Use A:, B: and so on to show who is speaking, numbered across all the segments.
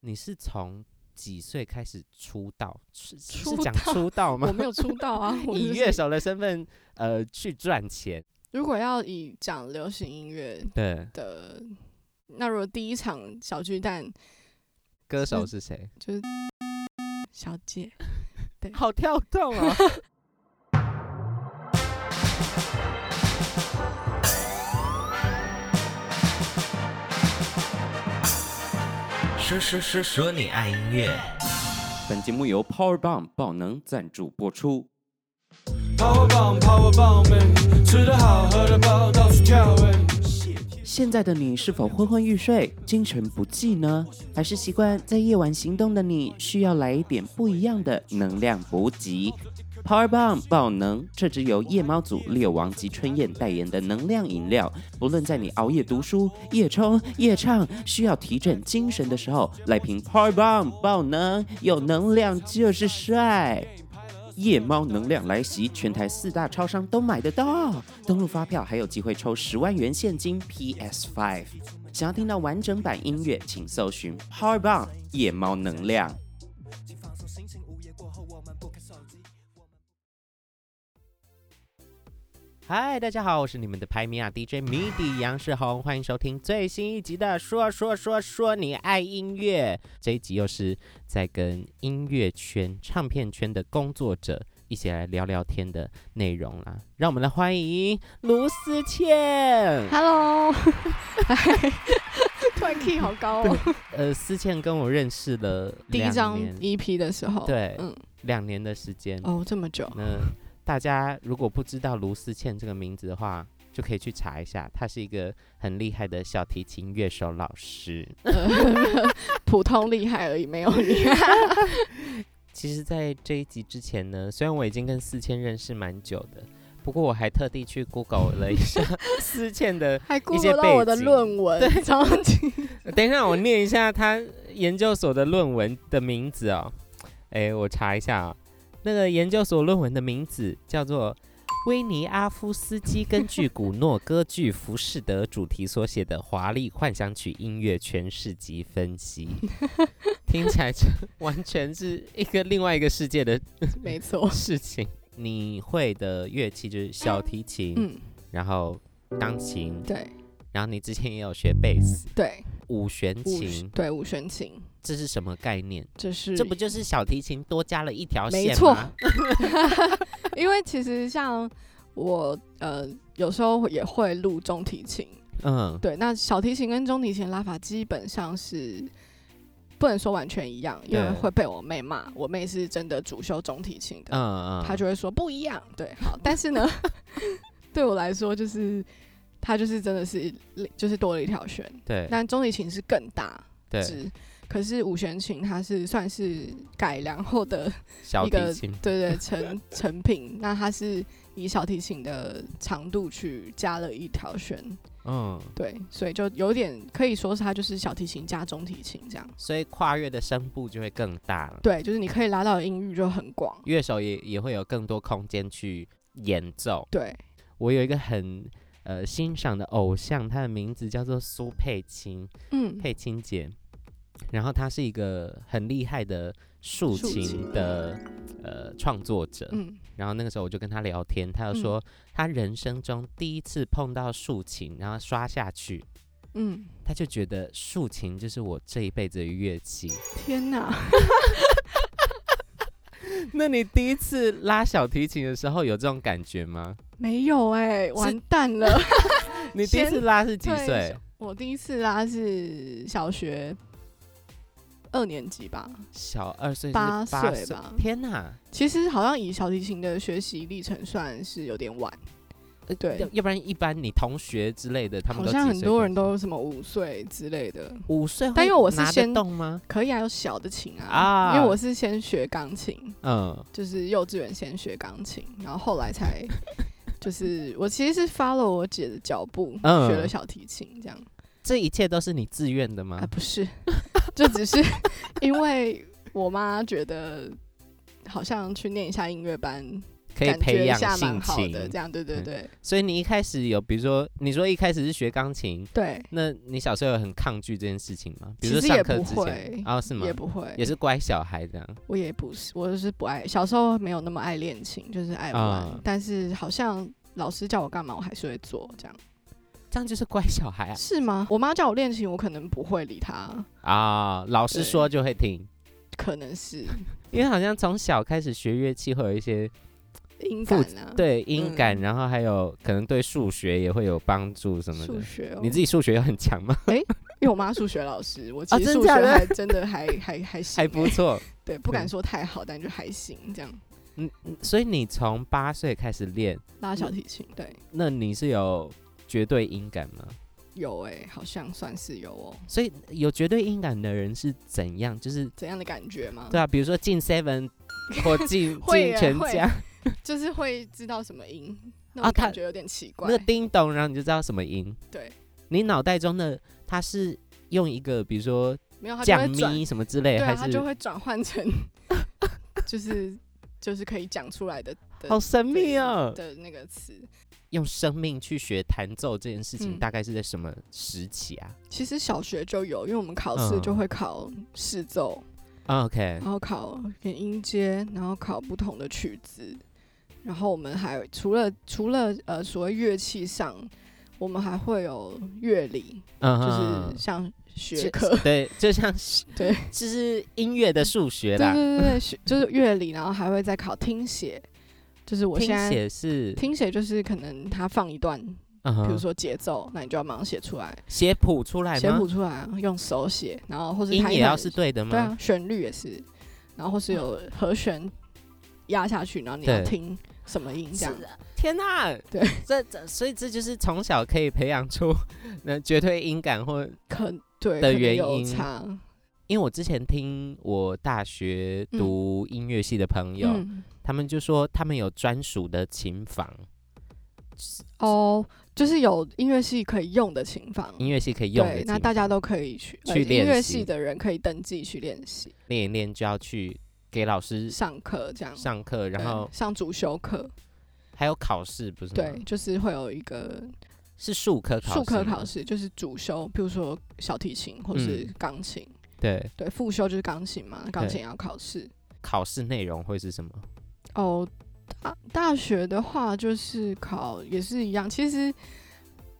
A: 你是从几岁开始出道？是是
B: 出
A: 讲
B: 道
A: 出道
B: 我
A: 吗？
B: 没有出道 啊，我
A: 以
B: 就是
A: 乐手的身份，呃，去赚钱。
B: 如果要以讲流行音乐
A: 对，
B: 的，那如果第一场小巨蛋
A: 歌手
B: 是
A: 是谁？
B: 就是小姐，
A: 好跳动哦！
C: 说说说说你爱音乐。
A: 本节目由 Power Bomb 爆能赞助播出。
D: Power 棒，Power 棒们，吃得好，喝得饱，到处跳哎。
E: 现在的你是否昏昏欲睡、精神不济呢？还是习惯在夜晚行动的你，需要来一点不一样的能量补给？Power Bomb 爆能，这支由夜猫组猎王及春燕代言的能量饮料，不论在你熬夜读书、夜冲、夜唱，需要提振精神的时候，来瓶 Power Bomb 爆能，有能量就是帅。夜猫能量来袭，全台四大超商都买得到。登录发票还有机会抽十万元现金 PS Five。想要听到完整版音乐，请搜寻 Power b o m 夜猫能量。
A: 嗨，大家好，我是你们的拍米亚 DJ MIDI 杨世宏，欢迎收听最新一集的《说说说说你爱音乐》。这一集又是在跟音乐圈、唱片圈的工作者一起来聊聊天的内容啦。让我们来欢迎卢思倩。
B: Hello，突然 key 好高哦。
A: 呃，思倩跟我认识了
B: 第一
A: 两
B: 张
A: 年
B: EP 的时候，
A: 对
B: 嗯，
A: 两年的时间。
B: 哦，这么久，
A: 那大家如果不知道卢思倩这个名字的话，就可以去查一下，她是一个很厉害的小提琴乐手老师。
B: 呃普通厉害而已，没有厉害。
A: 其实，在这一集之前呢，虽然我已经跟思倩认识蛮久的，不过我还特地去 Google 了一下 思倩的。
B: 还顾
A: 一些
B: 不到我
A: 背
B: 的
A: 景
B: 论文，超级
A: 等一下，我念一下她研究所的论文的名字哦。哎，我查一下啊、那个研究所论文的名字叫做。维尼阿夫斯基根据古诺歌剧《浮士德》主题所写的华丽幻想曲音乐诠释及分 析，听起来就完全是一个另外一个世界的
B: 没错。
A: 事情。你会的乐器就是小提琴，
B: 嗯，
A: 然后钢琴，
B: 对
A: 然后你之前也有学贝斯、
B: 对，
A: 五弦
B: 五
A: 琴，
B: 对五弦琴，
A: 这是什么概念？
B: 这是
A: 这不就是小提琴多加了一条线吗？
B: 嗯没错因为其实像我呃，有时候也会录中提琴，
A: 嗯，
B: 对，那小提琴跟中提琴的拉法基本上是不能说完全一样，因为
A: 对
B: 会被我妹骂，我妹是真的主修中提琴的，
A: 嗯嗯，
B: 她就会说不一样，对，好，但是呢， 对我来说就是它就是真的是就是多了一条弦，
A: 对
B: 但中提琴是更大
A: 对
B: 只。可是五弦琴它是算是改良后的
A: 小
B: 一
A: 提
B: 个
A: 琴，
B: 对对成成品，那它是以小提琴的长度去加了一条弦，
A: 嗯，
B: 对，所以就有点可以说是它就是小提琴加中提琴这样，
A: 所以跨越的声部就会更大了，
B: 对，就是你可以拉到的音域就很广，
A: 乐手也也会有更多空间去演奏。
B: 对，
A: 我有一个很呃欣赏的偶像，他的名字叫做苏佩青，
B: 嗯，
A: 佩青姐，然后她是一个很厉害的竖
B: 竖
A: 琴
B: 琴
A: 的呃创作者。
B: 嗯，
A: 然后那个时候我就跟她聊天，她就说、她人生中第一次碰到竖琴，然后刷下去，
B: 嗯，
A: 她就觉得竖琴就是我这一辈子的乐 器。
B: 天哪，
A: 那你第一次拉小提琴的时候有这种感觉吗？
B: 没有哎、完蛋了，
A: 你第一次
B: 先
A: 拉是几
B: 对
A: 岁？？
B: 我第一次拉是小学二年级吧，
A: 小二岁是
B: 八岁
A: 岁
B: 吧
A: 天哪！
B: 其实好像以小提琴的学习历程算是有点晚。
A: 呃
B: 对
A: 要要不然一般你同学之类的，他们
B: 好
A: 都
B: 像
A: 几
B: 很
A: 岁
B: 多
A: 开
B: 人
A: 始
B: 都什么五岁之类的，
A: 五岁会拿得动吗，
B: 但因为我是先
A: 吗？
B: 可以啊，有小的琴啊，
A: 啊
B: 因为我是先学钢琴，
A: 嗯，
B: 就是幼稚园先学钢琴，然后后来 才就是我其实是 follow 我姐的脚步、
A: 嗯
B: 学了小提琴这样
A: 这一切都是你自愿的吗？
B: 啊，不是， 就 只是因为我妈觉得好像去念一下音乐班
A: 可可以
B: 感
A: 培
B: 觉一
A: 养
B: 下
A: 性
B: 蛮好的，
A: 情
B: 这。样对对
A: 嗯
B: 对
A: 所以你一开始有，比如说你说一开始是学钢琴，
B: 对，
A: 那你小时候有很抗拒这件事情吗？比如说
B: 其实
A: 上
B: 也
A: 课
B: 不
A: 之
B: 会
A: 前，啊、是吗
B: 也？不会，
A: 也是乖小孩这样，
B: 我也不是，我就是不爱，小时候没有那么爱练琴，就是爱玩，
A: 啊
B: 但是好像老师叫我干嘛，我还是会做，这样
A: 这样就是乖小孩
B: 是吗？我妈叫我练琴，我可能不会理她，
A: 啊！啊，老师
B: 对
A: 说就会听，
B: 可 能是
A: 因为好像从小开始学乐器会有一些
B: 音
A: 父
B: 感啊，，
A: 对音感，
B: 嗯
A: 然后还有可能对数学也会有帮助什么
B: 数
A: 的。
B: 学、哦，
A: 你自己数学有很强吗？
B: 因为我妈数学老师，我
A: 啊
B: 其实
A: 真
B: 数学
A: 假的
B: 还真的还还还行、
A: 还不
B: 欸，
A: 错，
B: 对，不敢
A: 嗯
B: 说太好，但就还行这样。
A: 所以你从八岁开始练，
B: 拉小提琴，对，
A: 那你是有绝对音感吗？
B: 有哎、好像算是有哦，
A: 所以有绝对音感的人是怎样？就是
B: 怎样的感觉吗？
A: 对啊，比如说进 seven 或进
B: 会啊
A: 进
B: 耶
A: 全
B: 会
A: 家，
B: 就是会知道什么音，那
A: 啊
B: 种
A: 他
B: 感觉有点奇 怪。
A: 那个叮咚，然后你就知道什么音。
B: 对，
A: 你脑袋中的它是用一个比如说
B: 没哦有，他就
A: 降
B: 会转
A: 咪什么之类，
B: 对
A: 还
B: 啊，它就是会转 换成，就是就是可以讲出来的的
A: 好神秘哦。
B: 的那个词。
A: 用生命去学弹奏这件事情，
B: 嗯
A: 大概是在什么时期啊
B: 其实小学就有，因为我们考试就
A: 嗯
B: 会考试奏，
A: 啊？OK，
B: 然后考连音阶，然后考不同的曲子，然后我们还除了除了呃所谓乐器上，我们还会有乐理，
A: 嗯
B: 就是
A: 哼，
B: 像
A: 就
B: 学科，
A: 对，就像是
B: 对，嗯
A: 就是音乐的数学
B: 对
A: 啦。
B: 对对对，学就是乐理，然后还会再考听写，就是我现
A: 听
B: 在
A: 写是，
B: 听写就是可能他放一段，比
A: 嗯哼
B: 如说节奏，那你就要马上写出来，
A: 写谱出来
B: 写
A: 吗
B: 谱？出来，用手写，然后或是
A: 音
B: 弹一
A: 也
B: 弹
A: 要是对的吗？嗯
B: 对啊，旋律也是，然后或是有和弦压下去，然后你要
A: 对
B: 听什么音这样。
A: 天呐，
B: 对，
A: 这这所以这就是从小可以培养出那绝对音感或，
B: 可对
A: 的
B: 可能
A: 原
B: 有
A: 因
B: 差，嗯
A: 因为我之前听我大学读音乐系的朋友，
B: 嗯，
A: 他们就说他们有专属的琴房，
B: 哦，就是有音乐系可以用的琴房，
A: 音乐系可以用的
B: 对
A: 琴，房，
B: 那大家都可以去呃
A: 去
B: 音
A: 练
B: 乐
A: 习
B: 系的人可以登记去练习
A: 练一练就要去给老师
B: 上课这样，
A: 上课，然
B: 对
A: 后
B: 上主修课，
A: 还有考试，不是吗？
B: 对，，就是会有一个
A: 是数科考试，
B: 术科考，试，就是主修，比如说小提琴或是
A: 嗯
B: 钢琴，
A: 对，
B: 对，副修就是钢琴嘛，钢
A: 对
B: 琴也要考试。
A: 考试内容会是什么？
B: 哦，大大学的话就是考也是一样，其实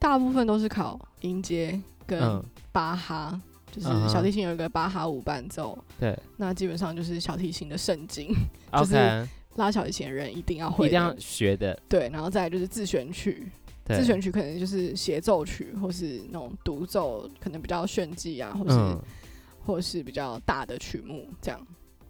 B: 大部分都是考音阶跟
A: 嗯，
B: 巴哈，就是
A: 嗯哼
B: 小提琴有一个巴哈舞伴奏，
A: 对
B: 那基本上就是小提琴的圣经，就是
A: OK，
B: 拉小提琴的人一定要
A: 一
B: 会
A: 定要
B: 的，
A: 学的，
B: 对，然后再来就是自选曲，
A: 对，
B: 自选曲可能就是协奏曲或是那种独奏，可能比较炫技啊，或是、
A: 嗯，
B: 或是比较大的曲目这样。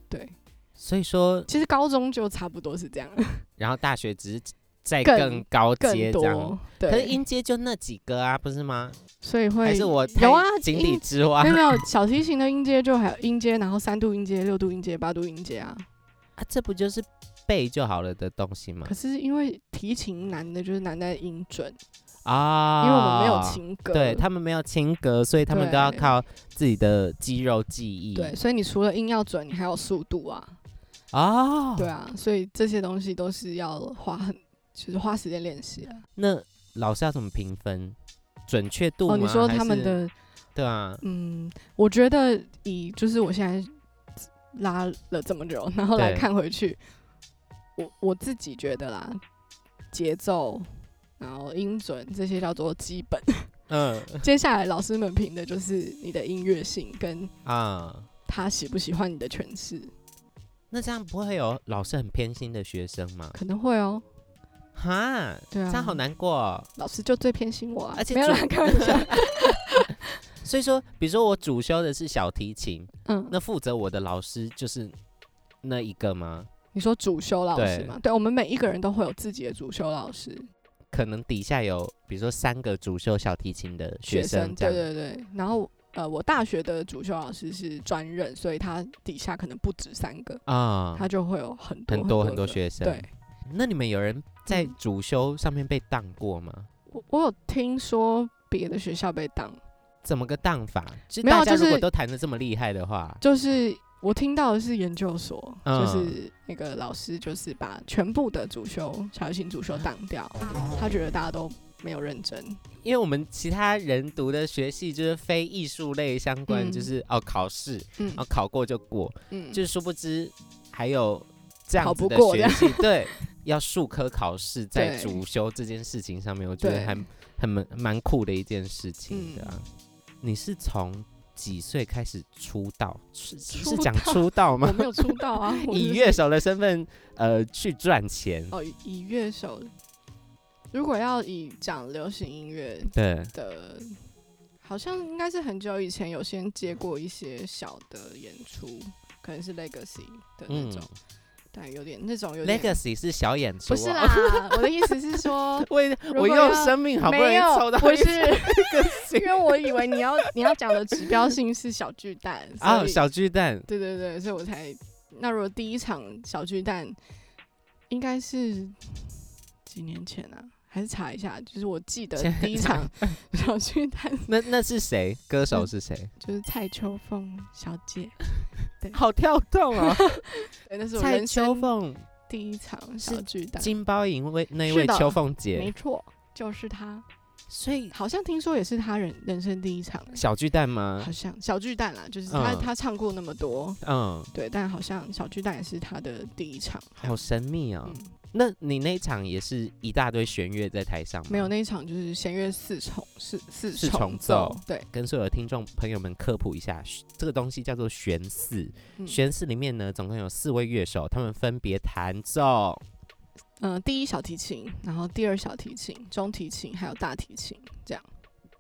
B: 对，
A: 所以说，
B: 其实高中就差不多 是这样，
A: 然后大学只是在
B: 更
A: 更高阶这
B: 更
A: 样
B: 多。对，
A: 可是音阶就那几个啊，不是吗？
B: 所以会
A: 还是我
B: 有啊
A: 太井底
B: 音
A: 之蛙
B: 没有没有小提琴的音阶就还有音阶，然后三度音阶、六度音阶、八度音阶 啊。
A: 啊，这不就是背就好了的东西吗
B: 可？是因为提琴难的就是难在音准，
A: 啊，
B: 因为我们没有琴格，
A: 对他们没有琴格，所以他们都要
B: 对
A: 靠自己的肌肉记忆。
B: 对，所以你除了音要准，你还有速度啊，
A: 哦，
B: 对啊，所以这些东西都是要花很就是花时间练习啊。
A: 那老师要怎么评分？准确度吗？
B: 哦，你说他们
A: 还是
B: 的
A: 对啊，
B: 嗯，我觉得以就是我现在拉了这么久，然后来
A: 对
B: 看回去，我我自己觉得啦，节奏，然后音准这些叫做基本。
A: 嗯
B: 接下来老师们评的就是你的音乐性跟
A: 啊，
B: 他喜不喜欢你的诠释，
A: 那这样不会有老师很偏心的学生吗？
B: 可能会哦。
A: 哈，
B: 对啊，
A: 这样好。难过哦。
B: 老师就最偏心我、啊，
A: 而且
B: 没有啦，
A: 主
B: 开 玩笑。
A: 所以说，比如说我主修的是小提琴，
B: 嗯，
A: 那负责我的老师就是那一个吗？
B: 你说主修老师
A: 对
B: 嘛？对，我们每一个人都会有自己的主修老师、
A: 可能底下有比如说三个主修小提琴的
B: 学
A: 生这
B: 对
A: 样，
B: 对对。然后呃，我大学的主修老师是专任，所以他底下可能不止三个，
A: 啊、
B: 他就会有很多
A: 很多很
B: 很
A: 多
B: 个
A: 学生。
B: 对，，
A: 那你们有人在
B: 嗯
A: 主修上面被当过吗？
B: 我我有听说别的学校被当，
A: 怎么个当法？就
B: 没有
A: 大
B: 啊
A: 家
B: 就
A: 如果
B: 是
A: 都弹的这么厉害的话，
B: 就是我听到的是研究所，
A: 嗯
B: 就是那个老师就是把全部的主修小提琴主修挡掉，他觉得大家都没有认真，
A: 因为我们其他人读的学系就是非艺术类相关，
B: 嗯
A: 就是哦考试，
B: 嗯
A: 然后考过就过，
B: 嗯，
A: 就是殊不知还有这样
B: 考
A: 子
B: 不
A: 的
B: 过
A: 学
B: 的
A: 系，对，要数科考试在
B: 对
A: 主修这件事情上面，我觉得
B: 对嗯
A: 还很蛮蛮酷的一件事情的啊、你是从几岁开始出道？是是
B: 出
A: 讲
B: 道
A: 出道
B: 我
A: 吗？
B: 没有出 道啊， 我
A: 以
B: 就是
A: 乐手的身份，呃，去赚钱，
B: 哦，以以乐手，如果要以讲流行音乐
A: 对，
B: 的，好像应该是很久以前有先接过一些小的演出，可能是 Legacy 的那
A: 嗯
B: 种，但有点那种有点
A: ，Legacy 是小演出、
B: 不
A: 哦，。
B: 是啦，我的意思是说
A: 我也
B: 如
A: 我
B: 果
A: 用
B: 要
A: 生命好不容
B: 没
A: 易
B: 有
A: 抽，到
B: 不
A: 一
B: 是
A: 张，
B: 因为我以为你要你要讲的指标性是小巨蛋
A: 啊，
B: 所以
A: 小巨蛋，
B: 对对对，所以我才那如果第一场小巨蛋应该是几年前啊，还是查一下，就是我记得
A: 现在
B: 第一场小巨蛋
A: 那那是谁？歌手是谁？
B: 就是蔡秋凤小 姐，
A: 好跳动哦！
B: 对，那是我
A: 蔡
B: 嗯人
A: 秋
B: 生
A: 凤、
B: 第一场小巨蛋，
A: 金包银为那一
B: 是
A: 位
B: 的
A: 秋凤
B: 没
A: 姐，
B: 错，就是她，
A: 所以
B: 好像听说也是她人人生第一场。
A: 小巨蛋吗
B: 好？像小巨蛋啦，就是她
A: 嗯
B: 她唱过那么多，
A: 嗯，
B: 对，但好像小巨蛋也是她的第一场。
A: 好神秘哦
B: 嗯。，
A: 那你那一场也是一大堆弦乐在台上吗？
B: 没有，那一场就是弦乐四重四四
A: 四重
B: 重
A: 奏
B: 对，
A: 跟所有的听众朋友们科普一下，这个东西叫做弦四。
B: 嗯
A: 弦四里面呢，总共有四位乐手，他们分别弹奏。
B: 嗯、第一小提琴，然后第二小提琴、中提琴还有大提琴，这样。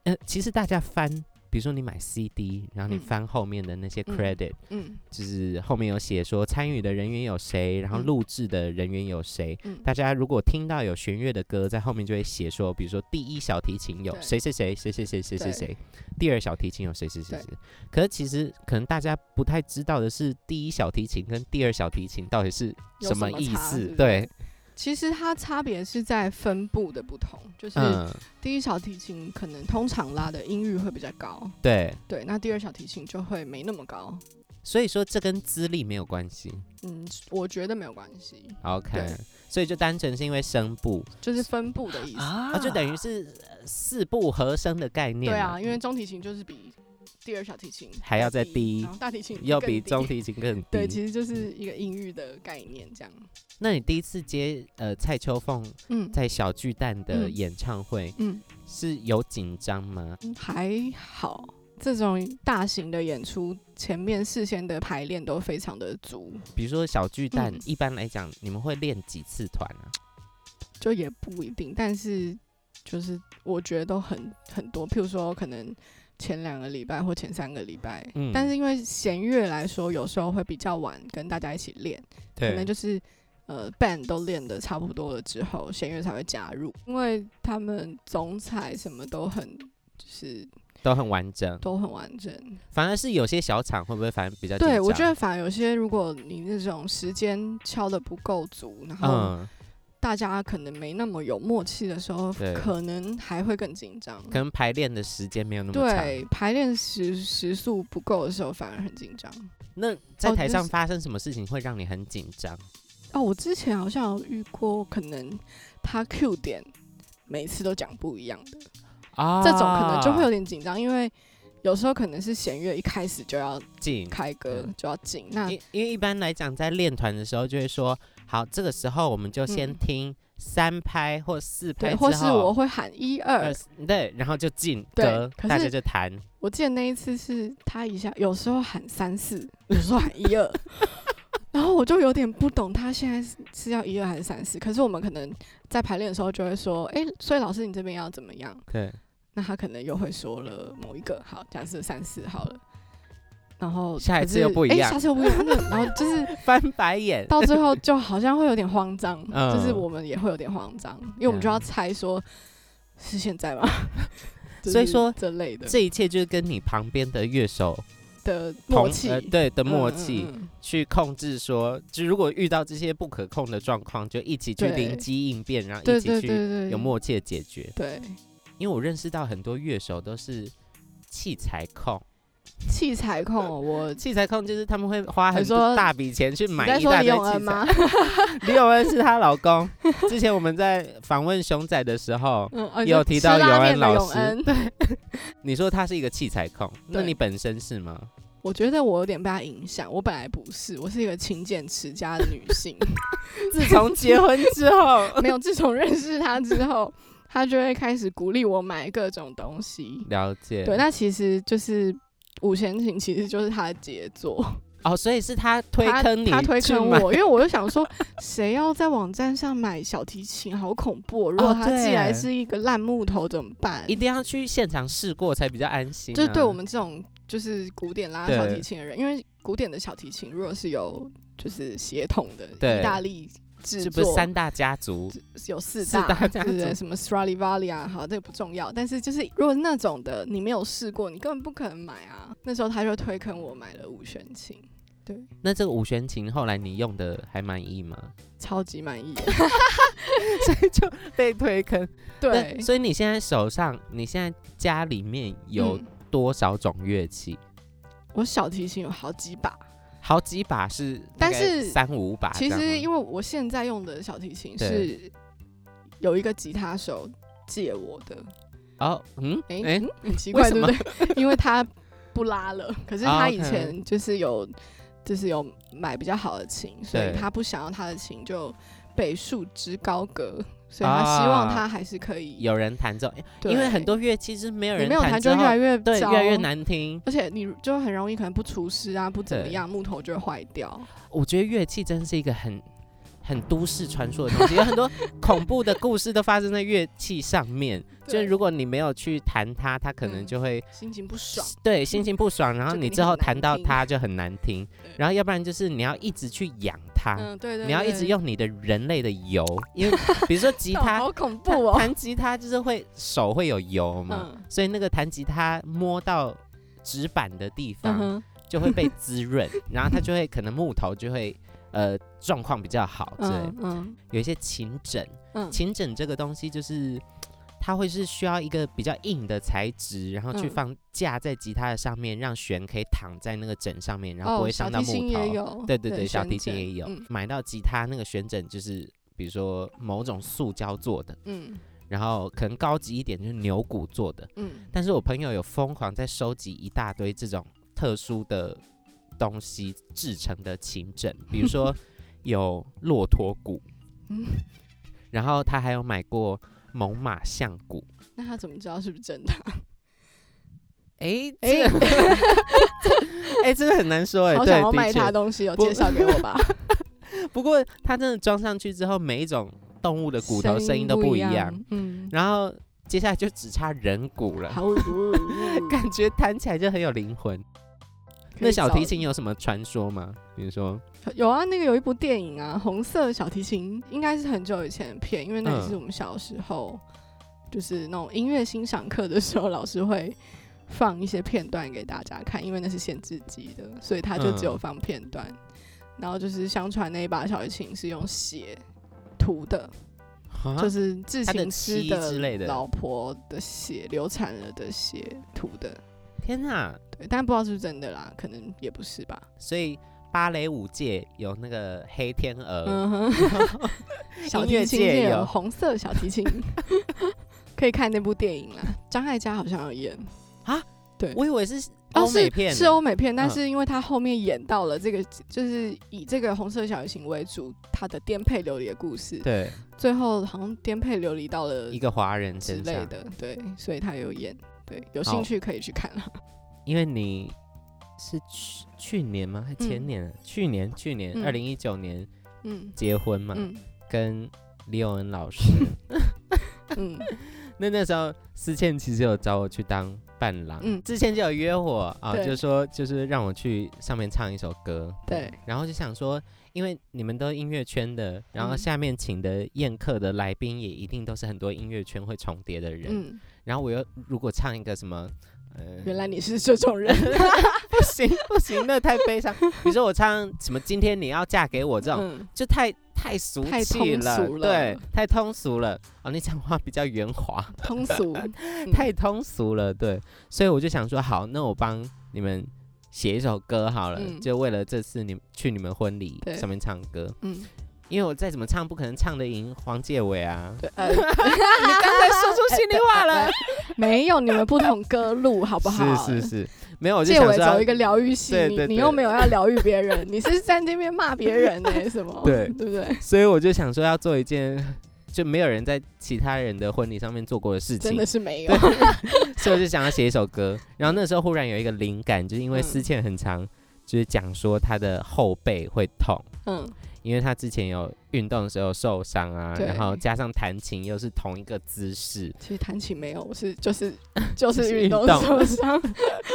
A: 呃，其实大家翻，比如说你买 CD，然后你
B: 嗯
A: 翻后面的那些
B: 嗯
A: credit，、
B: 嗯
A: 就是后面有写说参与的人员有谁，然后
B: 嗯
A: 录制的人员有谁。
B: 嗯，
A: 大家如果听到有弦乐的歌，在后面就会写说，比如说第一小提琴有
B: 对
A: 谁谁谁谁谁谁谁谁
B: 对
A: 谁，第二小提琴有谁谁谁
B: 对
A: 谁。可是其实可能大家不太知道的是，第一小提琴跟第二小提琴到底是什
B: 有什
A: 么
B: 么
A: 意
B: 差
A: 思
B: 对？不
A: 对，
B: 其实它差别是在分布的不同，就是
A: 嗯，
B: 第一小提琴可能通常拉的音域会比较高，
A: 对。
B: 对，那第二小提琴就会没那么高。
A: 所以说这跟资历没有关系。
B: 嗯，我觉得没有关系，
A: OK，
B: 对
A: 所以就单纯是因为声部，
B: 就是分布的意思。
A: 啊，就等于是呃四部和声的概念。
B: 对啊，，因为中提琴就是比第二小提琴
A: 还要再低
B: 然后大提琴
A: 要
B: 更
A: 比
B: 低
A: 中提琴更低。嗯
B: 对，其实就是一个音域的概念，这样。
A: 那你第一次接呃蔡秋凤
B: 嗯，
A: 在小巨蛋的
B: 嗯
A: 演唱会，
B: 嗯
A: 是有紧张吗？
B: 还好，这种大型的演出前面事先的排练都非常的足，
A: 比如说小巨蛋，
B: 嗯
A: 一般来讲你们会练几次团啊？
B: 就也不一定，但是就是我觉得都很很多，譬如说可能前两个礼拜或前三个礼拜，
A: 嗯
B: 但是因为弦乐来说，有时候会比较晚跟大家一起练，可能就是呃 band 都练的差不多了之后，弦乐才会加入，因为他们总裁什么都很就是
A: 都很完整。
B: 都很完整，
A: 反而是有些小场会不会反而比较紧
B: 对，
A: 张
B: 我觉得反而有些，如果你那种时间敲的不够足，然后
A: 嗯，
B: 大家可能没那么有默契的时候
A: 对，
B: 可能还会更紧张。
A: 可能排练的时间没有那么长。
B: 对，排练时时速不够的时候反而很紧张。
A: 那在
B: 哦
A: 台
B: 就
A: 上
B: 是
A: 发生什么事情会让你很紧张？
B: 哦，我之前好像有遇过，可能他 Q 点每次都讲不一样的，
A: 啊
B: 这种可能就会有点紧张，因为有时候可能是弦乐一开始就要
A: 紧
B: 开歌
A: 嗯
B: 就要进，那
A: 因因为一般来讲，在练团的时候就会说，好，这个时候我们就先
B: 嗯
A: 听三拍或四拍
B: 对，
A: 之
B: 或
A: 后，
B: 是我会喊一
A: 二
B: 二，
A: 对，然后就进
B: 对
A: 歌，
B: 可
A: 大家
B: 是
A: 就弹。
B: 我记得那一次是他一下，有时候喊三四，有时候喊一二， 然后我就有点不懂他现在是是要一二还是三四。可是我们可能在排练的时候就会说，哎、所以老师你这边要怎么样？
A: 对，
B: 那他可能又会说了某一个，好，假设三四好了，然后
A: 下一
B: 可
A: 次
B: 是
A: 又不一
B: 诶
A: 样
B: 下次又不一样，那然后 就是
A: 翻白眼。
B: 到最后就好像会有点 慌张，
A: 嗯
B: 就是我们也会有点慌张，因为我们就要猜说是现在吗？ 就是
A: 所以说
B: 这类的
A: 这一切就是跟你旁边的乐手
B: 的
A: 同
B: 默契，嗯
A: 呃、对的
B: 的
A: 默契、去控制说，就如果遇到这些不可控的状况，就一起去
B: 对
A: 灵机应变，然后一
B: 对
A: 起
B: 对
A: 去
B: 对对，
A: 有默契的解决。
B: 嗯对，
A: 因为我认识到很多乐手都是器材控，
B: 器材控哦，我
A: 器材控就是他们会花很
B: 你说
A: 多大笔钱去
B: 你
A: 买
B: 在
A: 一
B: 说
A: 大
B: 李
A: 堆
B: 永恩
A: 器材
B: 吗。？
A: 李永恩是她老公。之前我们在访问熊仔的时候，
B: 嗯，哦
A: 有提到
B: 你说吃拉
A: 永
B: 面
A: 恩
B: 的
A: 老
B: 永
A: 师
B: 恩
A: 你说他是一个器材控，那
B: 对
A: 你本身是吗？
B: 我觉得我有点被他影响，我本来不是，我是一个勤俭持家的女性。
A: 自从结婚之后，
B: 没有，自从认识他之后，他就会开始鼓励我买各种东西。
A: 了解。
B: 对，那其实就是五弦琴，其实就是他的杰作。
A: 哦，所以是他推
B: 他
A: 坑你，
B: 他推坑。我，因为我就想说，谁要在网站上买小提琴，好恐怖、哦！如果
A: 哦
B: 它寄来
A: 对
B: 是一个烂木头怎么办？
A: 一定要去现场试过才比较安心、啊。
B: 就是对我们这种就是古典拉
A: 对
B: 小提琴的人，因为古典的小提琴如果是有就是协同的
A: 对
B: 意大利制
A: 是不是
B: 作，
A: 三大家族？
B: 有四
A: 四
B: 大，
A: 大家
B: 对不对？
A: 族
B: 什么 Stradivari 啊，好，这个不重要。但是就是如果是那种的，你没有试过，你根本不可能买啊。那时候他就推坑我买了五弦琴，
A: 那这个五弦琴后来你用的还满意吗？
B: 超级 满意。
A: 所以就被推坑。
B: 对
A: 那，所以你现在手上，你现在家里面有
B: 嗯
A: 多少种乐器？
B: 我小提琴有好几把，
A: 好几把是大
B: 但
A: 概
B: 是
A: 三五把啊这
B: 其
A: 样吗。
B: 实因为我现在用的小提琴
A: 对
B: 是有一个吉他手借我的，
A: 哦，嗯，
B: 哎、
A: 哎、
B: 嗯很奇
A: 为
B: 怪，
A: 什
B: 对
A: 么
B: 不对？ 因为他不拉了，可是
A: 啊
B: 他
A: ，OK
B: 以前就是有，就是有买比较好的琴，所以
A: 对
B: 他不想要他的琴就被束之高阁，所以他希望
A: 啊
B: 他还是可以，
A: 有人弹奏，
B: 对
A: 因为很多乐器是没有
B: 你
A: 人
B: 没有
A: 弹
B: 弹
A: 之
B: 就
A: 后，
B: 越来越
A: 对
B: 糟
A: 越来越。难听。
B: 而且你就很容易可能不除湿啊，不怎么
A: 对
B: 样，木头就会坏掉。
A: 我觉得乐器真是一个很很都市传说的东 西，有很多恐怖的故事都发生在乐器上面。就是
B: 对
A: 如果你没有去弹它，它可能
B: 嗯
A: 就会、
B: 心情不爽，
A: 对心情不爽，然后
B: 就
A: 你
B: 给你
A: 之后
B: 很
A: 弹
B: 难
A: 到
B: 听
A: 它就很难听。然后要不然就是你要一直去养它，
B: 嗯，对对，
A: 啊你要一
B: 对
A: 直，用你的人类的 油，因为比如说吉
B: 哦
A: 他
B: 好恐怖
A: 弹，
B: 哦。
A: 弹吉他就是会手会有油嘛，
B: 嗯
A: 所以那个弹吉他摸到纸板的地
B: 嗯
A: 方，
B: 哼，
A: 就会被滋 润，然后它就会可能木头就会呃状况比较好，对，
B: 嗯嗯
A: 有一些琴枕，
B: 嗯，
A: 琴枕这个东西就是它会是需要一个比较硬的材质，然后去
B: 嗯
A: 放架在吉他的上面，让弦可以躺在那个枕上面，然后不
B: 哦
A: 会
B: 小
A: 伤到
B: 提
A: 木
B: 琴也
A: 头。
B: 有，
A: 对对对，小
B: 旋
A: 提琴
B: 转
A: 也有
B: 嗯。
A: 买到吉他那个旋枕就是比如说某种塑胶做的，
B: 嗯
A: 然后可能高级一点就是牛骨做的，
B: 嗯，
A: 但是我朋友有疯狂在收集一大堆这种特殊的东西制成的琴枕，比如说有骆驼骨
B: 嗯，
A: 然后他还有买过猛犸象骨。
B: 那他怎么知道是不是真的？
A: 哎
B: 哎
A: 哎哎，这个很难说哎，
B: 好
A: 对
B: 想要
A: 的
B: 卖
A: 确
B: 他的东西，有哦
A: 不
B: 介绍给我吧？
A: 不过它真的装上去之后，每一种动物的 骨头声音都不一样，，
B: 嗯，
A: 然后接下来就只差人骨了，
B: 好嗯恶心
A: 感觉弹起来就很有灵魂。那小提琴有什么传说吗？比如说，
B: 有啊，那个有一部电影啊，《红色小提琴》，应该是很久以前的片，因为那也
A: 嗯
B: 是我们小时候，就是那种音乐欣赏课的时候，老师会放一些片段给大家看，因为那是限制级的，所以他就只有
A: 嗯
B: 放片段。然后就是相传那一把小提琴是用血涂的，
A: 啊
B: 就是制
A: 他的
B: 琴师
A: 妻之类的
B: 老婆的血流产了的血涂的，
A: 天哪！
B: 对，但不知道是不是真的啦，可能也不是吧。
A: 所以芭蕾舞界有那个黑天鹅，
B: 嗯哼， 小
A: 呃
B: 提琴
A: 音乐
B: 界
A: 界
B: 有
A: 有
B: 红色小提 琴，可以看那部电影啦。张艾嘉好像有演
A: 啊我以为是
B: 哦
A: 欧美
B: 是
A: 片，
B: 是欧美片，但
A: 嗯
B: 是因为他后面演到了这个，就是以这个红色小提琴为主，他的颠沛流离的故事，
A: 对
B: 最后好像颠沛流离到了
A: 一个华人
B: 之
A: 身
B: 类
A: 上，
B: 的，对，所以他有演。对，有
A: 好
B: 兴趣可以去看 了。
A: 因为你是去去年吗？还前年啊？去年去年
B: 嗯
A: 二零一九年
B: 嗯
A: 结婚嘛，
B: 嗯
A: 跟李永恩老师。
B: 嗯，
A: 那那时候思倩其实有找我去当伴郎，
B: 嗯
A: 之前就有约我啊，
B: 对
A: 就说就是让我去上面唱一首歌，
B: 对，
A: 然后就想说，因为你们都音乐圈的，然后
B: 嗯
A: 下面请的宴客的来宾也一定都是很多音乐圈会重叠的人，
B: 嗯，
A: 然后我又如果唱一个什么，呃，
B: 原来你是这种 人。
A: 不 行不行，那太悲伤。比如说我唱什么今天你要嫁给我这种，
B: 嗯，
A: 就太。太俗
B: 太
A: 气
B: 通
A: 了，
B: 俗了
A: 对，太通俗了。哦，你讲话比较圆滑，
B: 通俗。嗯
A: 太通俗了，对，所以我就想说，好，那我帮你们写一首歌好了，
B: 嗯
A: 就为了这次你去你们婚礼
B: 对
A: 上面唱歌，
B: 嗯，
A: 因为我再怎么唱不可能唱得赢黄介伟啊。
B: 对，呃，你 刚才说出心里话了， 没有，你们不同歌路，好不好？
A: 是是是，没有我就
B: 借
A: 想
B: 我
A: 说
B: 走
A: 要
B: 一个疗愈系，
A: 对
B: 你
A: 对
B: 你
A: 对
B: 又没有要疗愈别人，你是在那边骂别 人呢、哎什么？
A: 对
B: 对不对？
A: 所以我就想说要做一件就没有人在其他人的婚礼上面做过的事
B: 真
A: 情
B: 的，是没有。
A: 所以我就想要写一首歌。然后那时候忽然有一个灵感，就是因为
B: 嗯
A: 思倩很常就是讲说她的后背会痛，
B: 嗯，
A: 因为她之前有运动的时候受伤啊，
B: 对
A: 然后加上弹琴又是同一个姿势，
B: 其实弹琴没有，我 是就是就
A: 就是是
B: 运动
A: 运动
B: 受伤。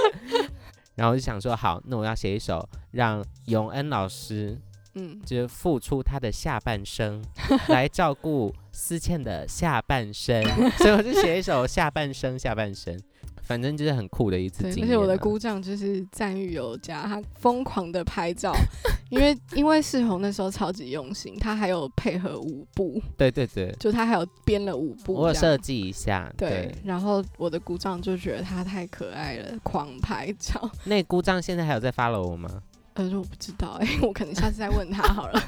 A: 然后我就想说好，那我要写一首让永恩老师
B: 嗯，
A: 就是付出他的下半 生来照顾思倩的下半身，所以我就写一首下半生下半身，反正就是很酷的一次
B: 对，
A: 经验、啊
B: 而且我的，姑丈就是赞誉有加，他疯狂的拍照， 因为因为世宏那时候超级用心，他还有配合舞步，
A: 对对对，
B: 就他还有编了舞步这样。
A: 我有设计一下，
B: 对
A: 对，，
B: 然后我的姑丈就觉得他太可爱了，狂拍照。
A: 那姑丈现在还有在 follow 我吗？
B: 呃，我不知道哎、我可能下次再问他好了。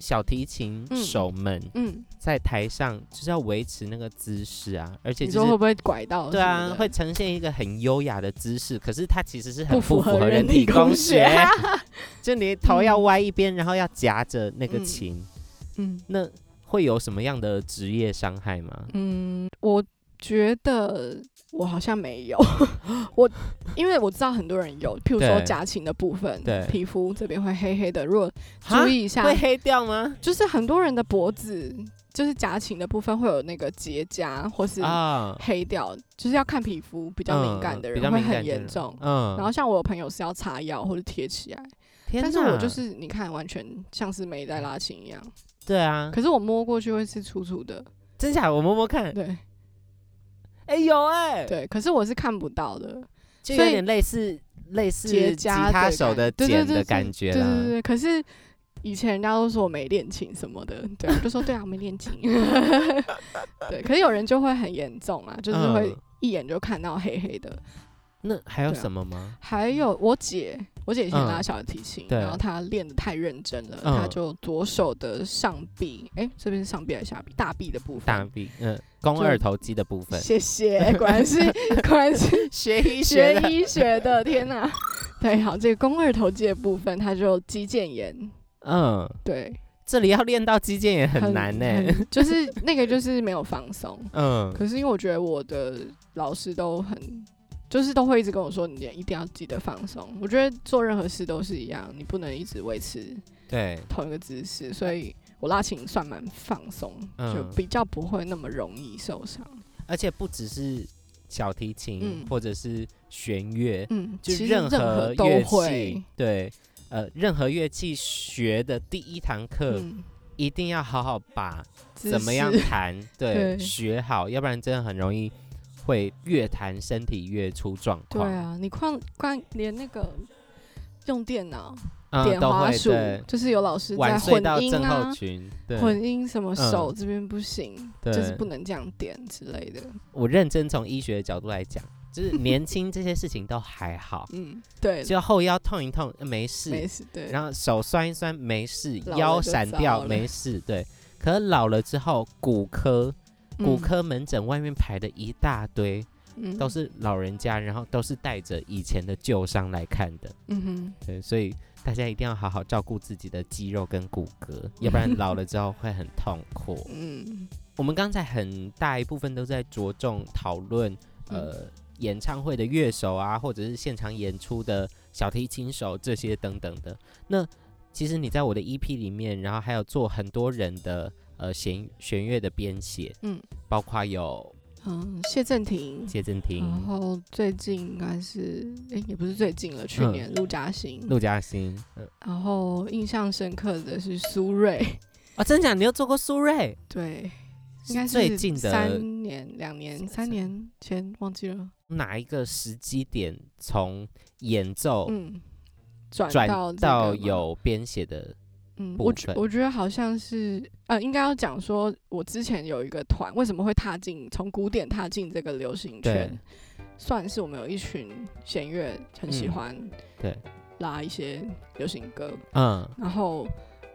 A: 小提琴
B: 嗯
A: 手们
B: 嗯，
A: 在台上就是要维持那个姿势啊，而且
B: 你
A: 就
B: 说会
A: 是
B: 不会拐到？
A: 对啊，会呈现一个很优雅的姿势，可是它其实是很
B: 不符
A: 不符
B: 合
A: 合
B: 人
A: 人
B: 体
A: 体工
B: 工学
A: 学，就你头要歪一边，然后要夹着那个
B: 嗯
A: 琴。
B: 嗯
A: 那会有什么样的职业伤害吗？
B: 嗯，我觉得我好像没有， 我因为我知道很多人有，譬如说
A: 对
B: 假琴的部分，
A: 对
B: 皮肤这边会黑黑的，如果注意一下，
A: 会黑掉吗？
B: 就是很多人的脖子，就是假琴的部分会有那个结痂或是
A: 啊，
B: 黑掉，就是要看皮肤比
A: 比
B: 较敏感的
A: 比较
B: 人会
A: 敏感
B: 很
A: 的人
B: 严重。
A: 嗯，
B: 然后像我有朋友是要擦药或者贴起来，
A: 天
B: 但
A: 哪，
B: 是我就是你看完全像是没在拉琴一样，
A: 对啊，
B: 可是我摸过去会是粗粗的，
A: 真假的我摸摸看，
B: 对
A: 哎有哎，，
B: 对，可是我是看不到的，
A: 就
B: 所
A: 有
B: 以
A: 点类似类似
B: 结
A: 吉
B: 痂的
A: 他手
B: 感
A: 的
B: 对对
A: 茧
B: 对
A: 的
B: 对
A: 感觉
B: 对对
A: 啦。
B: 对，可是。以前人家都说我没练琴什么的，对，我就说对啊，我没练琴。 对，可是有人就会很严重啊，就是会
A: 嗯
B: 一眼就看到黑黑的。
A: 那还有
B: 对啊
A: 什么吗？
B: 还有我姐，我姐以前
A: 嗯
B: 拉小提琴，
A: 对
B: 然后她练的太认真了，
A: 嗯
B: 她就左手的上臂，哎、这边是上臂还是下臂？大臂的部分。
A: 大臂，嗯，肱
B: 就
A: 二头肌的部分，
B: 谢谢，果然是果然是
A: 学医
B: 学
A: 的
B: 医学的，天哪！对，好，这个肱二头肌的部分，它就肌腱炎，
A: 嗯，
B: 对，
A: 这里要练到肌腱也很难欸呢。
B: 很就是那个就是没有放松。
A: 嗯，
B: 可是因为我觉得我的老师都很，就是都会一直跟我说，你一定要记得放松。我觉得做任何事都是一样，你不能一直维持
A: 对，
B: 同一个姿势，所以我拉琴算蛮放松，
A: 嗯
B: 就比较不会那么容易受伤。
A: 而且不只是小提琴
B: 嗯
A: 或者是弦乐，
B: 嗯，
A: 就
B: 其实
A: 任何
B: 何都
A: 乐器
B: 会，，
A: 对，呃，任何乐器学的第一堂课、
B: 嗯，
A: 一定要好好把
B: 姿
A: 怎么样
B: 势
A: 弹，对，
B: 对
A: 学好，要不然真的很容易会越弹身体越出状
B: 对
A: 况。
B: 啊，你光光连那个用电脑、
A: 嗯，
B: 点
A: 都
B: 滑
A: 会
B: 鼠
A: 对，，
B: 就是有老师在
A: 晚睡
B: 混
A: 到
B: 音
A: 症
B: 啊
A: 候。群。对，
B: 混音什么
A: 嗯
B: 手这边不行，
A: 对
B: 就是不能这样点之类的。，
A: 我认真从医学的角度来讲，就是年轻这些事情都还好
B: 嗯，对，
A: 就后腰痛一痛呃没事，
B: 没事，对，
A: 然后手酸一酸没事，
B: 老了
A: 腰
B: 就
A: 闪
B: 糟
A: 掉
B: 了
A: 没事，对。可是老了之后，骨科骨
B: 嗯
A: 科门诊外面排的一大堆，
B: 嗯
A: 都是老人家，然后都是带着以前的旧伤来看的，
B: 嗯哼，
A: 对，所以大家一定要好好照顾自己的肌肉跟骨骼，要不 然老了之后会很痛苦。
B: 嗯
A: 我们刚才很大一部分都在着重讨论，
B: 嗯
A: 呃，演唱会的乐手啊，或者是现场演出的小提琴手这些等等的。那其实你在我的 EP 里面，然后还有做很多人的呃弦弦乐的编写，
B: 嗯
A: 包括有
B: 嗯，谢振廷，
A: 谢振廷、
B: 然后最近应该是，哎、也不是最近了，去
A: 嗯
B: 年陆嘉欣，
A: 陆嘉欣，嗯
B: 然后印象深刻的是苏芮，
A: 哦，真假？你又做过苏芮？
B: 对，应该是
A: 最近的
B: 三年、两年、三年前忘记
A: 哦
B: 了，
A: 哪一个时机点从演奏
B: 嗯，转
A: 转
B: 到这
A: 到
B: 个吗
A: 有编写的？
B: 嗯，
A: 部
B: 我觉
A: 分
B: 我觉得好像是呃，应该要讲说，我之前有一个团，为什么会踏进从古典踏进这个流行
A: 对
B: 圈，算是我们有一群弦乐很喜
A: 嗯
B: 欢
A: 对，
B: 拉一些流行歌，
A: 嗯，
B: 然后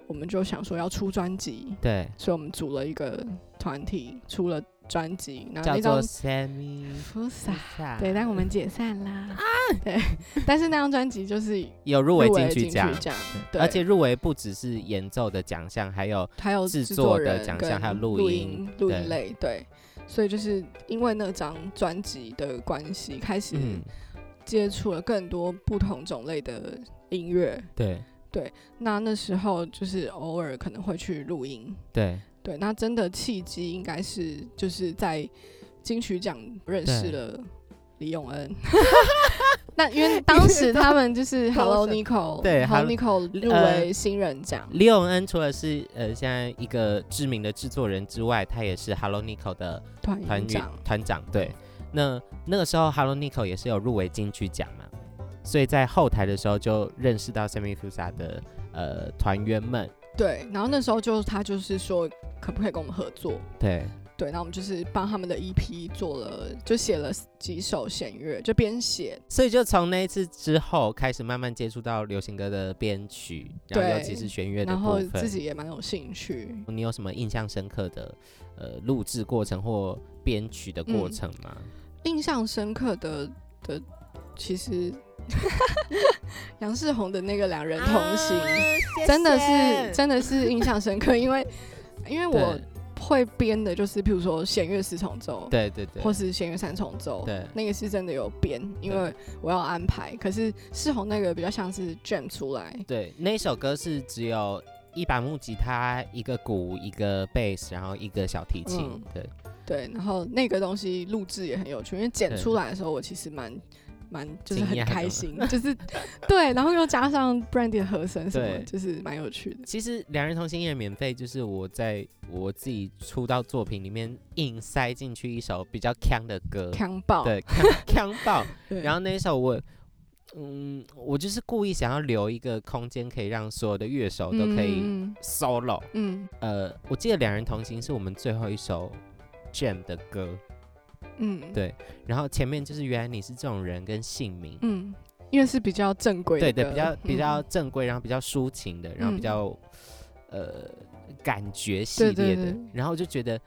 B: 我们就想说要出专辑，
A: 对，
B: 所以我们组了一个团体，出了专辑，然后
A: 叫
B: 啊那
A: 做
B: 张
A: Sammy
B: 福萨，
A: Fusa
B: 对，但我们解散啦。啊， 对，但是那张专辑就是
A: 有 入
B: 入
A: 围
B: 围
A: 金曲
B: 奖
A: 奖，，
B: 对
A: 而且入围不只是演奏的奖项，还有
B: 还有
A: 制
B: 作
A: 作的
B: 人
A: 奖
B: 跟
A: 项还有录
B: 录
A: 音
B: 音录
A: 对
B: 音类，对，所以就是因为那张专辑的关系，开始
A: 嗯，
B: 接触了更多不同种类的音乐。
A: 对
B: 那那时候就是偶尔可能会去录音，
A: 对
B: 对，那真的契机应该是就是在金曲奖认识
A: 对
B: 了李永 恩。那因为当时他们就是 Hello Nico，
A: 对
B: ，Hello
A: Hello-
B: Nico 入
A: 呃
B: 围新人奖，
A: 李永恩除了是呃现在一个知名的制作人之外，他也是 Hello Nico 的
B: 团
A: 团
B: 员
A: 长
B: 长，
A: 团长对。那那个时候 Hello Nico 也是有入围金曲奖嘛，所以在后台的时候就认识到 Sammy Fusa 的呃团员们，
B: 对。然后那时候就他就是说，可不可以跟我们合作？
A: 对
B: 对，那我们就是帮他们的 EP 做了，就写了几首弦乐，就编写。
A: 所以就从那一次之后开始慢慢接触到流行歌的编曲，然后尤其是弦乐的
B: 然
A: 部
B: 后
A: 分。嗯
B: 自己也蛮有兴趣，
A: 你有什么印象深刻的呃录制过程或编曲的过
B: 嗯
A: 程吗？
B: 印象深刻的的，其实杨世宏的那个两
A: 啊
B: 人同行，真的是真的是印象深刻，因 为因为我会编的就是，譬如说弦乐四重奏，
A: 对对对
B: 或
A: 对
B: 是弦乐三重奏，
A: 对
B: 那个是真的有编，因为我要安排。可是世宏那个比较像是 jam 出来，
A: 对，那一首歌是只有一把木吉他、一个鼓、一个贝斯，然后一个小提琴。
B: 嗯
A: 对，
B: 对，然后那个东西录制也很有趣，因为剪
A: 对
B: 出来的时候，我其实蛮蛮就是
A: 惊
B: 很
A: 讶的
B: 开
A: 吗
B: 心，就是对，然后又加上 Brandy 的和声什么，
A: 对
B: 就是蛮有趣的。
A: 其实《两人同行》也免费，就是我在我自己出道作品里面硬塞进去一首比较强的歌，
B: 强暴，
A: 对，强爆。
B: 对
A: 然后那一首我，嗯，我就是故意想要留一个空间，可以让所有的乐手都可以
B: 嗯
A: solo。
B: 嗯
A: 呃，我记得《两人同行》是我们最后一首 jam 的歌，
B: 嗯嗯
A: 对然后前面就是原来你是这种人跟姓名，
B: 嗯，因为是比较正规的
A: 对
B: 歌，
A: 对，比较比较
B: 嗯
A: 正规，然后比较抒情的，然后比
B: 嗯
A: 较、呃感觉系
B: 对
A: 列的，
B: 对对
A: 然后我就觉得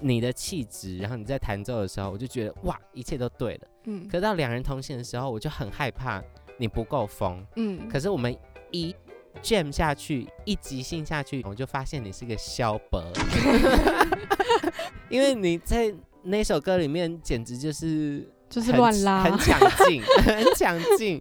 A: 你的气质，然后你在弹奏的时候，我就觉得哇，一切都对了。
B: 嗯
A: 可到两人同行的时候，我就很害怕你不够疯。
B: 嗯，
A: 可是我们一 jam 下去，一即兴下去，我就发现你是个萧伯， 因为你在那首歌里面简直就是
B: 就是
A: 很
B: 乱拉
A: 很，抢 镜，很抢镜。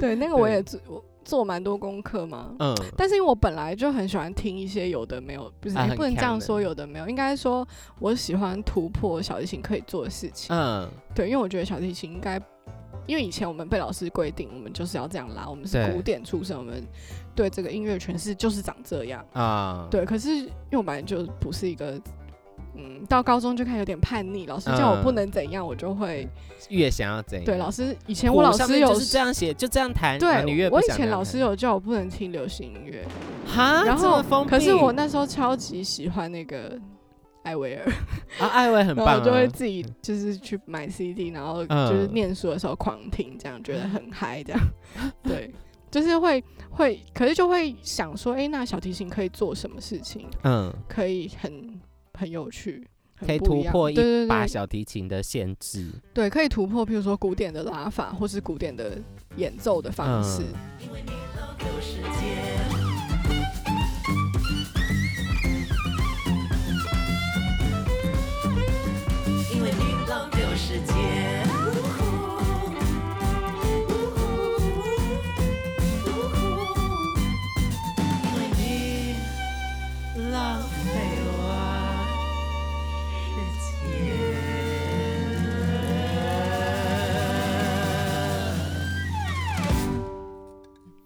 B: 对，那个我
A: 对
B: 也做我做蛮多功课嘛。
A: 嗯，
B: 但是因为我本来就很喜欢听一些有的没有，不是、
A: 啊
B: 也
A: 很
B: 不能这
A: 强
B: 样
A: 的
B: 说有的没有，应该说我喜欢突破小提琴可以做的事情。
A: 嗯，
B: 对，因为我觉得小提琴应该，因为以前我们被老师规定，我们就是要这样拉，我们是
A: 对
B: 古典出身，我们对这个音乐诠释就是长这样。
A: 啊，
B: 对，可是因为我本来就不是一个，嗯，到高中就开始有点叛逆，老师叫我不
A: 嗯
B: 能怎样，我就会、
A: 越想要怎样？
B: 对老师。以前
A: 谱
B: 我老
A: 上
B: 师
A: 面
B: 有
A: 就是这样写，就这样弹。然后你
B: 对
A: 越，不
B: 我以
A: 想
B: 前
A: 这样
B: 老师
A: 弹
B: 有叫我不能听流行音乐，
A: 哈，
B: 然
A: 这么
B: 后
A: 封
B: 可
A: 闭
B: 是我那时候超级喜欢那个艾薇儿，
A: 啊，艾薇很
B: 然后
A: 棒
B: 我就会
A: 啊，
B: 自己就是去买 CD，然后就是
A: 嗯
B: 念书的时候狂听，这样、觉得很嗨，这样对，就是会会，可是就会想说，哎、那小提琴可以做什么事情，
A: 嗯，
B: 可以很很有趣。很
A: 可以
B: 不
A: 突
B: 样
A: 破
B: 对对
A: 一把
B: 对
A: 小提琴的限制。
B: 对，可以突破，譬如说古典的拉法，或是古典的演奏的方式。
A: 嗯
F: 因为你浪流世界。因为你浪费我世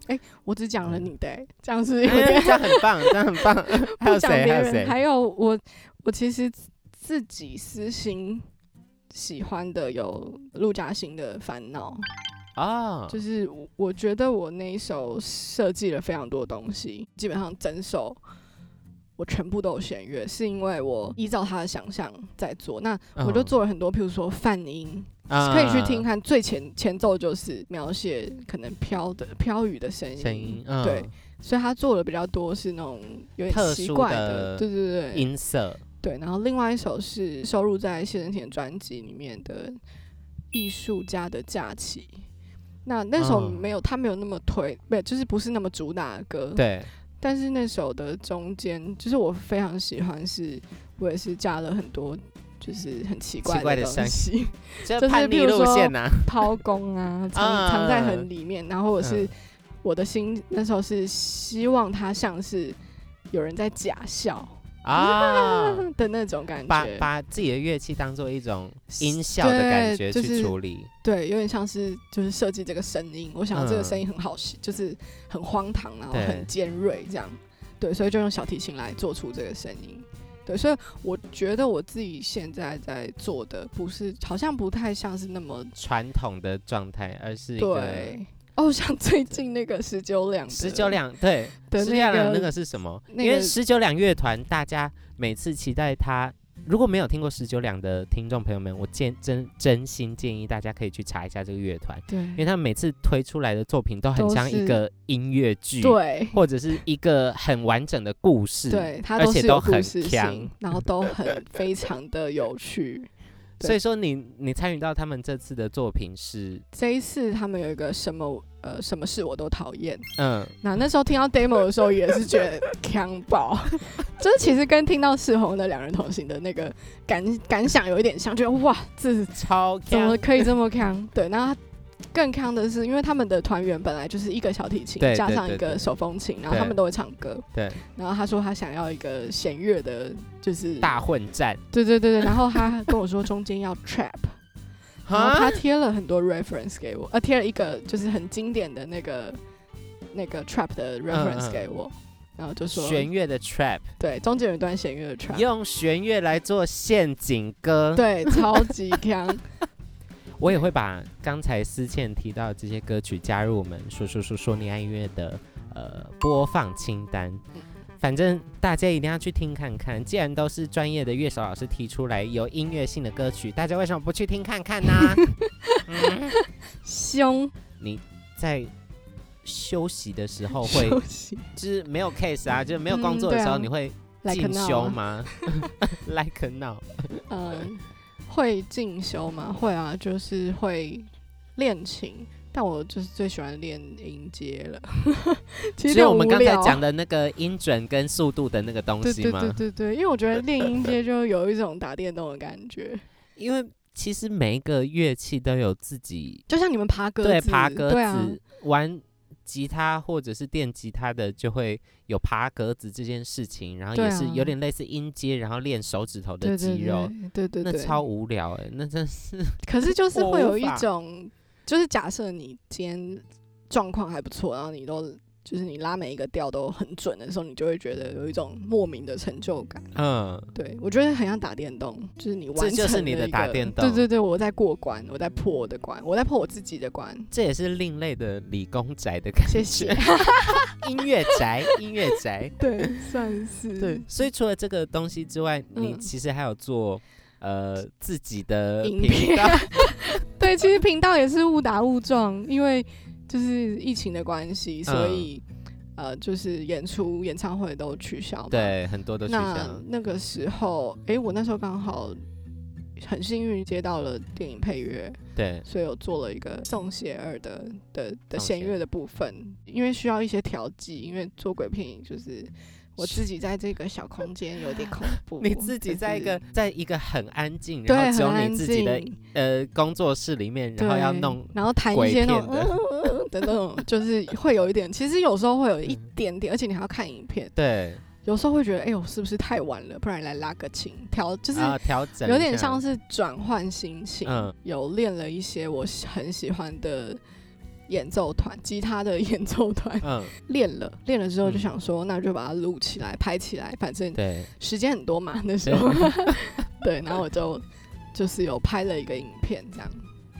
F: 界。
B: 我只讲了你的、欸，这 样是有
A: 哎
B: 点
A: 这样很 棒，这样很棒。 还
B: 不
A: 有
B: 讲
A: 谁？
B: 别
A: 还有
B: 人，
A: 谁？
B: 还有我，我其实自己私心喜欢的有陆嘉欣的《烦恼》，
A: 哦，
B: 就是我我觉得我那一首设计了非常多东西，基本上整首我全部都有弦乐，是因为我依照他的想象在做。那我就
A: 嗯
B: 做了很多，譬如说泛音，可以去听
A: 啊
B: 看最前前奏就是描写可能飘的飘雨的声音，
A: 声音，嗯、
B: 对，所以他做的比较多是那种有
A: 特殊
B: 点奇怪
A: 的
B: 对对对，
A: 音色，
B: 对，然后另外一首是收录在谢震廷的专辑里面的《艺术家的假期》。那那首
A: 嗯
B: 没有，他没有那么推，不就是不是那么主打的歌。。
A: 对，
B: 但是那首的中间，就是我非常喜欢是，我也是加了很多就是很奇怪
A: 怪的
B: 东
A: 声
B: 西，
A: 这
B: 就是
A: 叛
B: 譬
A: 逆
B: 如
A: 路
B: 说
A: 线呐、
B: 掏空啊，藏藏在很里面。然后我是、
A: 嗯
B: 我的心那时候是希望它像是有人在假笑
A: 啊，
B: 的那种感觉，
A: 把把自己的乐器当做一种音效的感觉
B: 对就
A: 去
B: 是
A: 处理，
B: 对，有点像是就是设计这个声音，我想这
A: 嗯
B: 个声音很好吸，就是很荒唐，然后
A: 对
B: 很尖锐这样，对，所以就用小提琴来做出这个声音。对，所以我觉得我自己现在在做的不是，好像不太像是那么
A: 传统的状态，而是一个
B: 对。哦，像最近那个十九两的，
A: 十九两对
B: 的
A: 十九
B: 那
A: 两
B: 个
A: 那个是什么？
B: 那
A: 因为
B: 个
A: 十九两乐团，大家每次期待他。如果没有听过十九两的听众朋友们，我建真真心建议大家可以去查一下这个乐团，因为
B: 对
A: 他们每次推出来的作品都很
B: 都
A: 像一
B: 是
A: 个音乐剧，
B: 对
A: 或者是一个很完整的故事。
B: 对，它
A: 而
B: 都
A: 且
B: 是
A: 都
B: 有故
A: 很
B: 事
A: 强
B: 性，然后都 很非常的有趣。对
A: 所以说你你参与到他们这次的作品是，
B: 这一次他们有一个什么呃什么事我都讨厌，
A: 嗯，
B: 那那时候听到 demo 的时候也是觉得强爆， 就是其实跟听到世红的两人同行的那个感感想有一点像，觉得哇，这
A: 超
B: 怎么
A: 强
B: 可以这 么强？对，那更强的是，因为他们的团员本来就是一个小提琴
A: 对
B: 加
A: 对
B: 上
A: 对
B: 一
A: 对
B: 个手风琴，然后他
A: 对
B: 们都会唱歌，
A: 对
B: 然后他说他想要一个弦乐的，就是
A: 大混战
B: 对对对对，然后他跟我说中间要 trap。然后他
A: 哈，
B: 贴了很多 reference 给我，呃，贴了一个就是很经典的那个那个 trap 的
A: 嗯
B: reference 给我，然后就说
A: 弦乐的 trap，
B: 对，中间有一段弦乐的 trap，
A: 用弦乐来做陷阱歌。，
B: 对，超级强，
A: 我也会把刚才思倩提到的这些歌曲加入我们说说说说你爱音乐的呃播放清单。
B: 嗯
A: 反正大家一定要去听看看，既然都是专业的乐手老师提出来有音乐性的歌曲，大家为什么不去听看 看呢？嗯
B: 凶，
A: 在休息的时候哦会
B: 休息
A: 就是没有 case 啊，就是没有工
B: 嗯
A: 作的
B: 对
A: 时候，
B: 啊
A: 你会
B: ，like
A: 进
B: now，
A: 修
B: 啊
A: 吗 ？Like now，
B: 嗯，会进修吗？会啊，就是会练琴，但我就是最喜欢练音阶了，其
A: 所
B: 实
A: 以我们刚才
B: 有点无聊
A: 讲的那个音准跟速度的那个东
B: 对
A: 西
B: 对
A: 吗？
B: 对对对，因为我觉得练音阶就有一种打电动的感觉。
A: 因为其实每一个乐器都有自己
B: 就像你们爬格子，
A: 对爬格子、
B: 对啊，
A: 玩。吉他或者是电吉他的就会有爬格子这件事情，然后也
B: 对
A: 是
B: 啊
A: 有点类似音阶，然后练手指头的
B: 对对
A: 肌肉，
B: 对对对，
A: 那超无聊哎、那真是
B: 可是就是会有一
A: 我无法
B: 种，就是假设你今天状况还不错，然后你都就是你拉每一个调都很准的时候，你就会觉得有一种莫名的成就感。
A: 嗯，
B: 对我觉得很像打电动，就是你完成
A: 这就是
B: 了
A: 你的
B: 一个
A: 打电动
B: 对对对，我在过关，我在破我的关，我在破我自己的关。
A: 这也是另类的理工宅的感觉。
B: 谢谢。
A: 音乐宅，音乐 宅。
B: 对，算是
A: 对，所以除了这个东西之外，你
B: 嗯
A: 其实还有做呃自己的
B: 影
A: 频
B: 片
A: 道，
B: 对，其实频道也是误打误撞，因为就是疫情的关系，
A: 嗯
B: 所以、呃，就是演出、演唱会都取消嘛。，
A: 对，很多都取
B: 那
A: 消。
B: 那个时候，诶，我那时候刚好很幸运接到了电影配乐，
A: 对，
B: 所以我做了一个宋邪二的的的
A: 宋
B: 弦
A: 邪
B: 乐的部分，因为需要一些调剂，因为做鬼片就是。我自己在这个小空间有点恐怖。
A: 你自己
B: 就是
A: 在一个在一个很安静，
B: 对
A: 然后只
B: 很
A: 有
B: 安
A: 你自己的
B: 静
A: 呃工作室里面，然后要
B: 对
A: 弄
B: 然后弹
A: 鬼
B: 一些那
A: 片
B: 种
A: 的
B: 嗯嗯嗯嗯的那种，就是会有一点，其实有时候会有一
A: 嗯
B: 点点，而且你还要看影片，
A: 对，
B: 有时候会觉得，哎、呦，是不是太晚了？不然来拉个琴调，就是
A: 然后调啊整一下，
B: 有点像是转换心情。
A: 嗯
B: 有练了一些我喜很喜欢的演奏团，吉他的 演奏团，
A: 嗯，
B: 练了练了之后就
A: 嗯
B: 想说，那就把它录起来、拍起来，反正
A: 对，
B: 时间很多嘛，那 时候对，然后我就就是有拍了一个影片这样。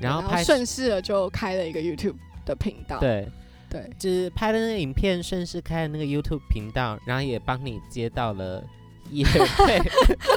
A: 然后拍
B: 顺势了就开了一个 YouTube 的频道。
A: 对。
B: 对，
A: 就是拍的那个影片，顺势开了那个 YouTube 频道，然后也帮你接到了 业配。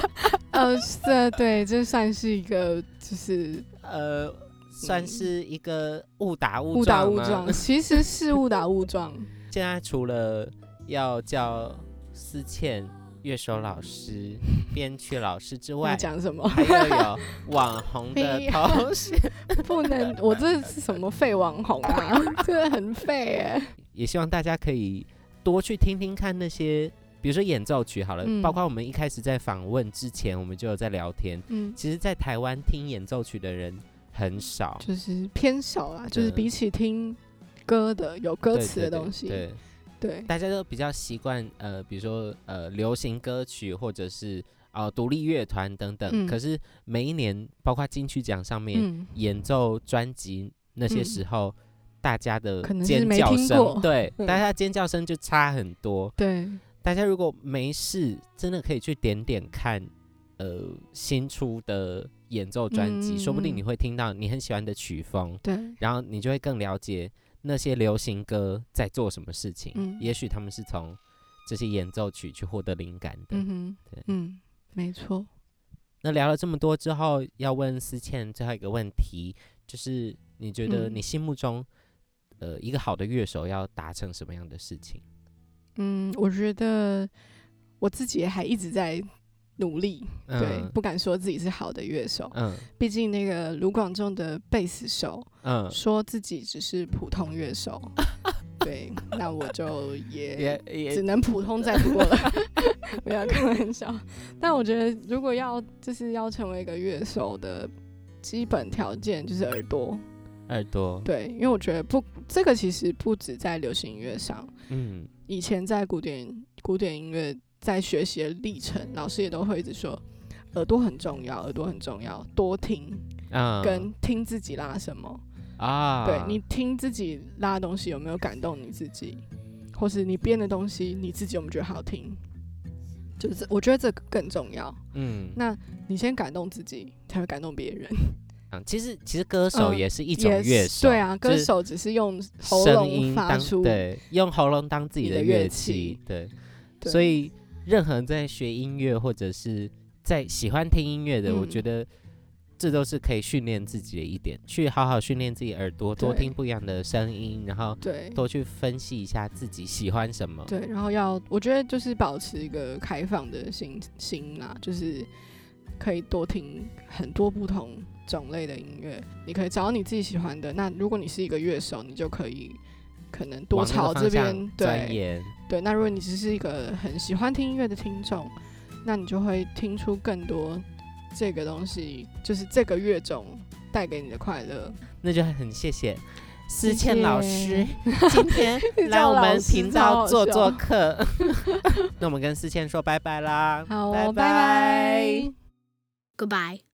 B: 呃，这对，这算是一个就是
A: 呃，算是一个误打误
B: 误打误
A: 吗
B: 撞，。其实是误打 误撞。
A: 现在除了要叫思倩、乐手老 师、编曲老师之
B: 要
A: 外，
B: 讲什么？
A: 还要有网红
B: 哎
A: 的
B: 呀
A: 头 衔，
B: 不能，我这是什么废网红啊？ 真的很废哎、
A: 也希望大家可以多去听听看那些。比如说演奏曲好了，
B: 嗯
A: 包括我们一开始在访问之前，我们就有在聊天。
B: 嗯，
A: 其实，在台湾听演奏曲的人很少，
B: 就是偏少啦，就是
A: 对
B: 比起听歌的有歌
A: 对
B: 词
A: 对
B: 的
A: 对
B: 东西，
A: 对，
B: 对
A: 大家都比较习惯呃，比如说呃，流行歌曲或者是呃独立乐团等等。
B: 嗯
A: 可是每一年，包括金曲奖上面、
B: 嗯，
A: 演奏专辑那些
B: 嗯
A: 时候，大家的
B: 可能是
A: 尖
B: 没
A: 叫
B: 听
A: 声，
B: 过
A: 对，
B: 嗯
A: 大家尖叫声就差很多。
B: 对，
A: 大家如果没事，真的可以去点点看，呃，新出的演奏专辑，
B: 嗯
A: 说不定
B: 嗯
A: 你会听到你很喜欢的曲风。
B: 对，
A: 然后你就会更了解那些流行歌在做什么事情。
B: 嗯
A: 也许他们是从这些演奏曲去获得灵感的。
B: 嗯哼
A: 对，
B: 嗯，没错，
A: 那聊了这么多之后，要问思倩最后一个问题，就是你觉得
B: 嗯
A: 你心目中、呃一个好的乐手要达成什么样的事情？
B: 嗯，我觉得我自己还一直在努力，对，
A: 嗯
B: 不敢说自己是好的乐手，
A: 嗯
B: 毕竟那个卢广仲的贝斯手
A: 嗯，
B: 说自己只是普通乐手， 对，那我就也
A: 也也
B: 只能普通再普通 了，不要开玩笑。但我觉得如果要就是要成为一个乐手的基本条件就是耳朵，
A: 耳朵，
B: 对，因为我觉得不这个其实不止在流行音乐上，
A: 嗯
B: 以前在古典古典音乐在学习的历程，老师也都会一直说，耳朵很重要，耳朵很重要，多听
A: 啊
B: 跟听自己拉什么，
A: 啊，
B: 对你听自己拉的东西有没有感动你自己，或是你编的东西你自己有没有觉得好听，就是我觉得这个更重要。
A: 嗯，
B: 那你先感动自己，才会感动别人。
A: 啊其实其实歌手
B: 嗯
A: 也是一
B: 一
A: 种乐手，
B: 对啊，歌
A: 就是
B: 手只是用喉
A: 声
B: 咙
A: 音
B: 发
A: 当
B: 出，
A: 对，用喉咙当自己
B: 你
A: 的
B: 的乐
A: 乐
B: 器
A: 器，对，
B: 对
A: 所以任何人在学音乐或者是在喜欢听音乐的，我
B: 嗯
A: 觉得这都是可以训练自己的一点，去好好训练自己耳朵，多
B: 对
A: 听不一样的声音，然后
B: 对
A: 多去分析一下自己喜欢什么。
B: 对，然后要我觉得就是保持一个开放的心心啦，就是可以多听很多不同种类的音乐，你可以找到你自己喜欢的。那如果你是一个乐手，你就可以可能多
A: 往那个
B: 朝
A: 方
B: 这
A: 向
B: 边
A: 钻
B: 对
A: 研，
B: 对。那如果你只是一个很喜欢听音乐的听众，那你就会听出更多这个东西，就是这个乐种带给你的快乐。
A: 那就很谢谢。思
B: 谢
A: 倩老
B: 谢
A: 师 今天来
B: 叫
A: 我
B: 老
A: 们
B: 师
A: 频
B: 超
A: 道
B: 好
A: 做
B: 笑
A: 做客， 那我们跟思倩说拜拜啦，
B: 好，
A: 拜
B: 哦拜拜
G: Goodbye.